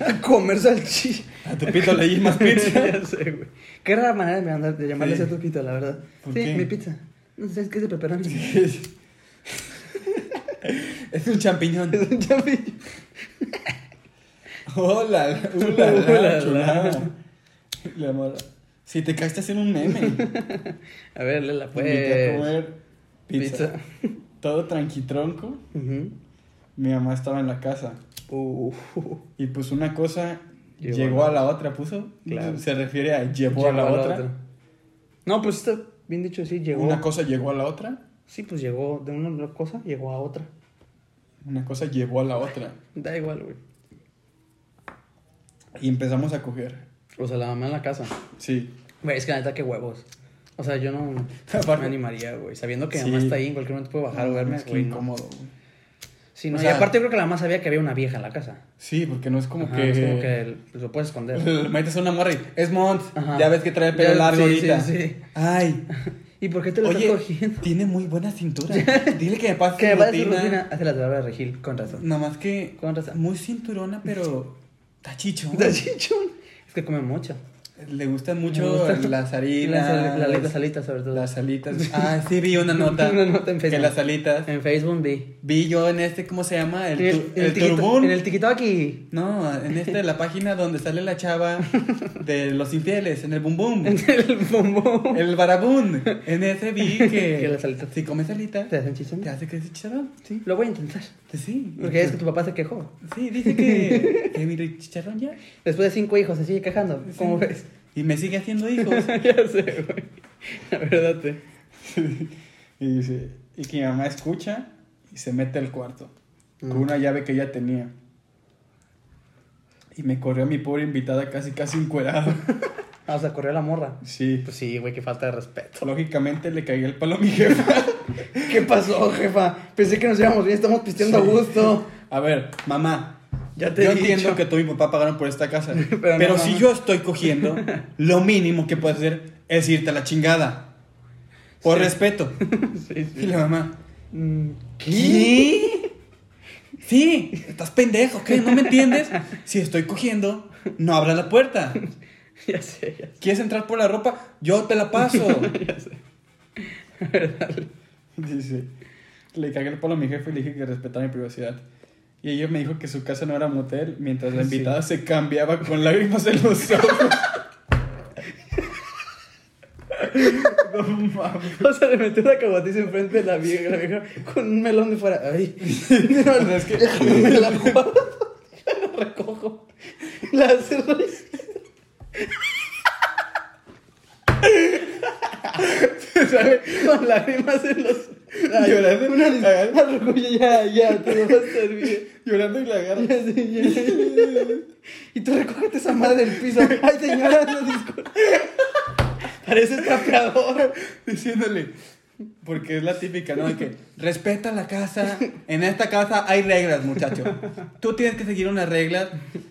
A [laughs] comer salchicha. A tu pito le di [laughs] más pizza. [laughs] ya sé, güey. Qué rara manera de, mandar, de llamarle Sí. a tu pito, la verdad. ¿Por sí, qué? mi pizza. No sé, es que es de pepperoni. Es un champiñón. Es un chapillo. Hola, hola, Ulala. chulada. La morra. Si te caes, te hacen un meme. A ver, léela, pues. Invité a comer pizza. Pizza. Todo tranquitronco. Ujú. Mi mamá estaba en la casa. Uh, Y pues una cosa Llegó llegó, a a la otra, puso. Claro. Se refiere a llevó, a la, otra. No, pues está bien dicho, sí, llegó. Una cosa llegó a la otra. Sí, pues llegó de una cosa, llegó a otra. Una cosa llevó a la otra. Da igual, güey. Y empezamos a coger. O sea, la mamá en la casa. Sí. Güey, es que la neta, qué huevos. O sea, yo no Aparte- me animaría, güey. Sabiendo que mi Sí. mamá está ahí, en cualquier momento puede bajar o verme, es que güey. No. incómodo, güey. Sí, no. O sea- y aparte, yo creo que la mamá sabía que había una vieja en la casa. Sí, porque no es como Ajá, que. Es como que el- pues, lo puedes [laughs] esconder. Le metes a una morra y, es Mont. Ajá. Ya ves que trae el pelo Ya- largo sí, ahorita. sí, sí. Ay, ¿Y por qué te lo Oye, estás cogiendo? tiene muy buena [laughs] cintura. Dile que me pase Que me su va de su rutina. rutina. Hace la palabra de Regil, con [laughs] razón. Nada más que Con razón. muy cinturona, pero tachicho. Está chichón. Es que come mucho. Le gustan Me mucho gusta. las Y harinas. las sal- la- las alitas, sobre todo. Las alitas. [laughs] Ah, sí, vi una nota. Una nota en Que Facebook. las alitas. En Facebook vi. Vi yo en este, ¿cómo se llama? El, tu- el tiquito- turbón. En el TikTok aquí. No, en este, la página donde sale la chava [laughs] de los infieles, en el boom boom. En [laughs] el bombón. El barabún. En ese vi que. [laughs] Que las alitas. Si comes alita, ¿Te te, hacen chichón? hace crecer chicharrón. Sí. Lo voy a intentar. Sí. Porque es que tu papá se quejó. Sí, dice que. que mi chicharrón ya. Después de cinco hijos se sigue quejando. ¿Cómo Sí. ves? Y me sigue haciendo [laughs] hijos. ya sé, güey. La verdad, te. Y dice. Y que mi mamá escucha y se mete al cuarto. Con Mm. una llave que ella tenía. Y me corrió a mi pobre invitada casi, casi encuerado. Ah, o sea, corrió la morra. Sí. Pues sí, güey, qué falta de respeto. Lógicamente le caí el palo a mi jefa. [laughs] ¿Qué pasó, jefa? Pensé que nos íbamos bien, estamos pisteando a gusto. A ver, mamá. Ya te yo he dicho. entiendo que tú y mi papá pagaron por esta casa. [laughs] Pero Pero, no, si mamá. yo estoy cogiendo, lo mínimo que puedes hacer es irte a la chingada. Por Sí. [laughs] respeto. [laughs] sí, Y la mamá. Mm, ¿Qué? Sí, estás pendejo, ¿qué? ¿No me entiendes? Si estoy cogiendo, no abra la puerta. Ya sé, ya sé. ¿Quieres entrar por la ropa? Yo te la paso. Dice. Le cagué el palo a mi jefe y le dije que respetara mi privacidad. Y ella me dijo que su casa no era motel mientras la invitada se cambiaba con lágrimas en los ojos. [laughs] no mames. [laughs] O sea, le metió la caguatiza enfrente de la vieja, la vieja con un melón de fuera. Ay, sea, es que- me la guardo, la recojo, la cerro. Se sale con lágrimas en los. Llorando. Una la recojo, ya, ya, te lo vas a servir. Llorando y la agarra. Y tú recógete esa madre del piso. Ay, señora, no disculpe. Pareces trapeador. [laughs] Diciéndole. Porque es la típica, ¿no? De que. Respeta la casa. En esta casa hay reglas, muchacho. Tú tienes que seguir unas reglas.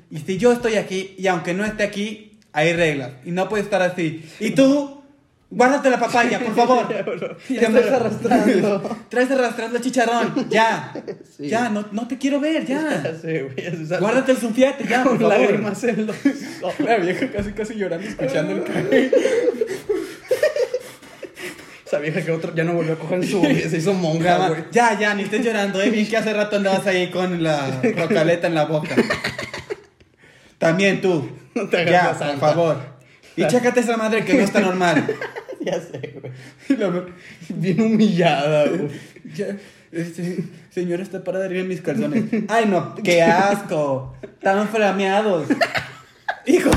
Y si yo estoy aquí, y aunque no esté aquí, hay reglas. Y no puedes estar así. Y tú, guárdate la papaya, por [laughs] favor. [laughs] Ya estás [laughs] arrastrando. [laughs] Traes arrastrando el chicharrón. Ya. Sí. Ya, no, no te quiero ver, [laughs] ya. Sí, güey, eso es algo. Guárdate el sunfiate, ya, por [laughs] con favor. lágrimas en los ojos. La vieja casi casi llorando, escuchando el [laughs] cague. Esa vieja que otro ya no volvió a coger en su vida, se hizo monja, güey. Ya, ya, ni estés llorando, eh. Bien que hace rato andabas ahí con la rocaleta en la boca. También tú. No te hagas la ya, santa. por favor. Y chécate esa madre que no está normal. Ya sé, güey. [laughs] Y la ver- Bien humillada, güey. Ya, este, señora está parada arriba en mis calzones. Ay, no, qué asco. Tan frameados. Hijo,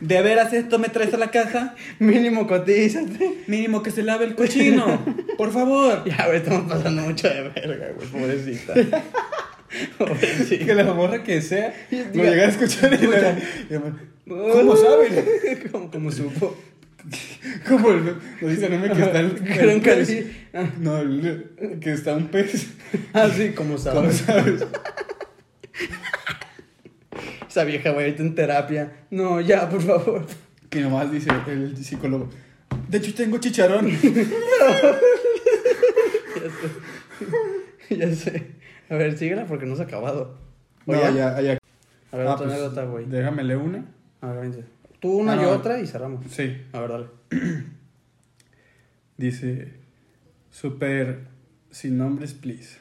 ¿de veras esto me traes a la casa? Mínimo cotízate. Mínimo que se lave el cochino. Por favor. Ya, güey, estamos pasando mucho de verga, güey. Pobrecita. Que Pobrecita. la morra que sea lo Diga- llegara a escuchar y la- y la- ¿Cómo saben? [laughs] saben? ¿Cómo, cómo supo? [laughs] Como el, lo dice el meme que está el, Creo el que pez. sí. No, el- que está un [laughs] pez. Ah, sí, ¿cómo ¿Cómo sabes? sabes? Esa vieja, güey, ahorita en terapia. No, ya, por favor. Que nomás dice el psicólogo. De hecho, tengo chicharrón. [laughs] Ya sé. A ver, síguela porque no se ha acabado. [laughs] ¿O No, ya, ya. A ver, Ah, otra pues, anécdota, güey. Déjame leer una. A ver, vente. Tú una Ah, y no. otra y cerramos. Sí. A ver, dale. Dice, super sin nombres, please.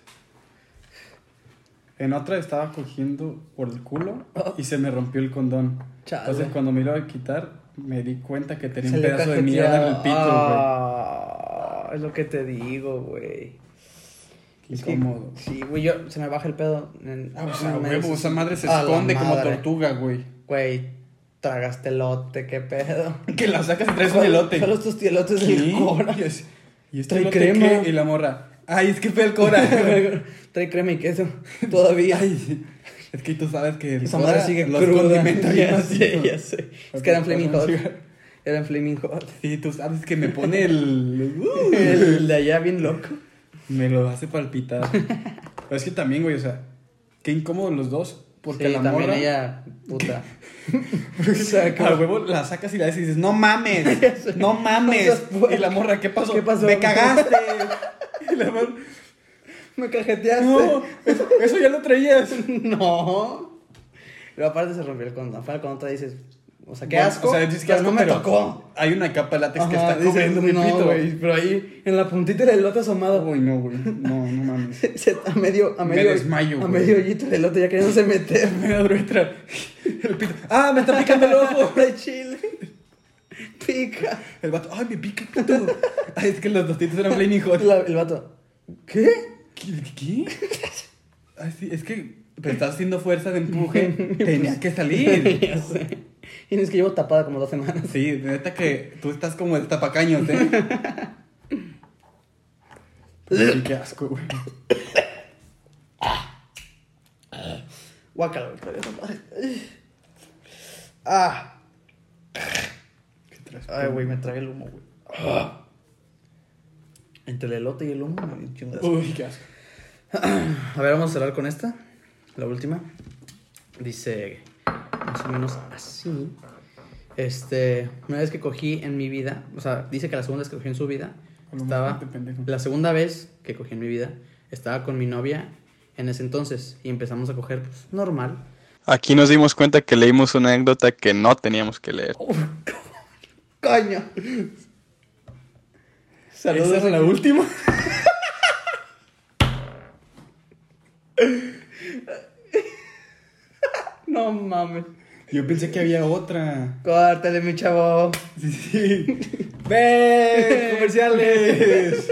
En otra estaba cogiendo por el culo y se me rompió el condón. Chale. Entonces cuando me lo iba a quitar, me di cuenta que tenía Se un le pedazo de cajeteaba. mierda en el pito, güey. Ah, es lo que te digo, güey. Qué Es que- Incómodo. Sí, güey, yo se me baja el pedo. en- Ah, no pues, a mames. huevo, esa madre se A la esconde como madre. tortuga, güey. Güey, tragaste elote, qué pedo. Que la sacas y traes un elote. Solo estos elotes del Cora. Y es- Y este Trae elote crema. qué? Y la morra. Ay, es que fue el [laughs] cora. Trae crema y queso. Todavía. Ay, es que tú sabes que el Esa madre Cora sigue los cruda. condimenta bien [laughs] Ya sé, macizo. ya sé. Es Ok, que eran Flaming perdón, Hot. siga. Eran Flaming Hot. Sí, tú sabes que me pone el... [laughs] uh, El de allá bien loco. me lo hace palpitar. Pero es que también, güey, o sea, qué incómodo los dos. Porque Sí, la también morra... ella, puta. [laughs] O sea, que al huevo la sacas y la dices, no [laughs] mames, no mames. O sea, y la morra, ¿qué pasó? ¿qué pasó? Me [laughs] cagaste. y la morra, [laughs] Me cajeteaste. no, [laughs] eso, eso ya lo traías. [laughs] No. Pero aparte se rompió el condón. Fue cuando te dices, o sea, qué Bueno, asco. O sea, dices que pero asco, no me pero tocó. Hay una capa de látex que Ajá, está dices, cubriendo mi no, pito. güey, Pero ahí, en la puntita del elote asomado, Uy, no, güey. No, no mames. [laughs] Se- se- a medio, a Me medio, desmayo, a güey. medio hoyito el elote ya queriéndose [laughs] meter. Me abro otra. [laughs] El pito. ¡Ah, me está picando el [laughs] ojo! de chile. Pica. El vato. ¡Ay, me pica el [laughs] pito! Ay, es que los tostitos eran plain hot. La- el vato. ¿Qué? ¿Qué? ¿Qué? Ay, sí, es que pero estás haciendo fuerza de [laughs] empuje. Tenía que salir. Ya sé. Y es que llevo tapada como dos semanas. Sí, de neta que tú estás como el tapacaño, ¿eh? Pero sí, qué asco, güey. [laughs] Guácala, güey, todavía está padre. Ah. Qué traes, Ay, güey, me trae el humo, güey. Entre el elote y el humo, me dio un chingo de asco. Uy, qué asco. A ver, vamos a cerrar con esta. La última. Dice más o menos así. Este, una vez que cogí en mi vida, o sea, dice que la segunda vez que cogí en su vida, A lo estaba mejor te pendejo. la segunda vez que cogí en mi vida, estaba con mi novia en ese entonces y empezamos a coger pues, normal. Aquí nos dimos cuenta que leímos una anécdota que no teníamos que leer. Coño. Saludos ¿Esa es la última? No mames. Yo pensé que había otra. Córtale, mi chavo. [laughs] Pues Sí, sí. [laughs] ¡Ve! ¡Comerciales!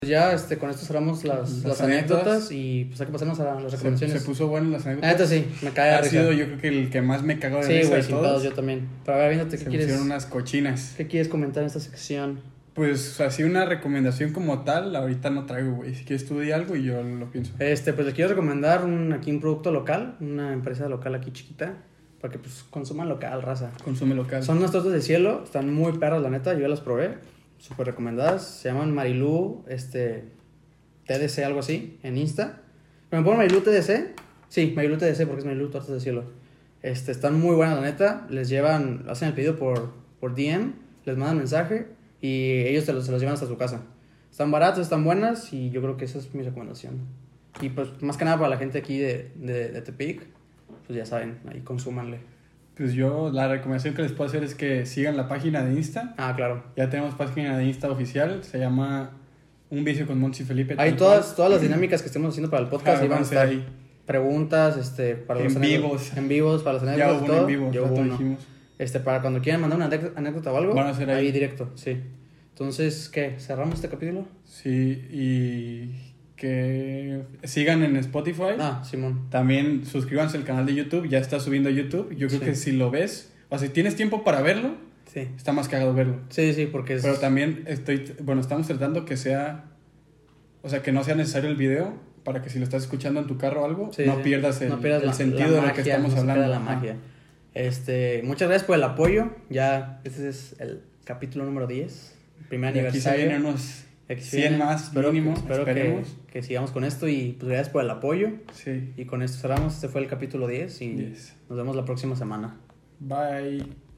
Pues ya este, con esto cerramos las, las, Las anécdotas. anécdotas. y pues hay que pasarnos a las se, recomendaciones. se puso bueno las La neta anécdotas. sí, me cae Ha de sido Ah, risa. yo creo que el que más me cagó de Sí, risa güey, de sin todos. pedos, yo también. Pero a ver, viéndote, ¿qué Se me quieres, hicieron unas cochinas. ¿qué quieres comentar en esta sección? Pues así una recomendación como tal, ahorita no traigo, güey. Si quieres tú di algo y yo lo pienso. Este, pues les quiero recomendar un, aquí un producto local, una empresa local aquí chiquita, para que pues consuman local, raza. Consume local. Son unas tortas de cielo, están muy perras, la neta, yo ya las probé, súper recomendadas. Se llaman Marilú, este, TDC, algo así, en Insta. ¿Me ponen Marilú TDC? Sí, Marilú TDC, porque es Marilú Tortas de Cielo. Este, están muy buenas, la neta. Les llevan, hacen el pedido por, por DM, les mandan mensaje y ellos te los, se los llevan hasta su casa. Están baratas, están buenas y yo creo que esa es mi recomendación. Y pues, más que nada para la gente aquí de, de, de Tepic, pues ya saben, ahí consúmanle. Pues yo la recomendación que les puedo hacer es que sigan la página de Insta. Ah, claro. Ya tenemos página de Insta oficial, se llama Un vicio con Monty Felipe. Ahí tal todas, todas las dinámicas que estemos haciendo para el cual. podcast Ah, iban a avance estar ahí. preguntas, este, para los En anécdotas- vivos. en vivos, para los Ya anécdotas y hubo uno todo. en vivo, Ya ya hubo te uno. dijimos. Este, para cuando quieran mandar una anec- anécdota o algo, Van a ser ahí. directo, sí. Entonces, ¿qué? ¿Cerramos este capítulo? Sí, y que sigan en Spotify. Ah, Simón. También suscríbanse al canal de YouTube, ya está subiendo a YouTube. Yo creo Sí. que si lo ves, o si tienes tiempo para verlo, Sí. está más cagado verlo. Sí, sí, porque es. Pero también estoy, bueno, estamos tratando que sea, o sea, que no sea necesario el video para que si lo estás escuchando en tu carro o algo, sí, no, sí. Pierdas el, No pierdas el la- sentido la de lo que magia, estamos no se hablando. pierda la Ajá. magia. Este, muchas gracias por el apoyo. Ya, este es el capítulo número 10. Primer Y aquí se aniversario. vienen unos Aquí se 100 viene. más Espero que- mínimo, espero que- esperemos. que sigamos con esto y pues gracias por el apoyo. Sí. Y con esto cerramos. Este fue el capítulo 10 y 10. nos vemos la próxima semana. Bye.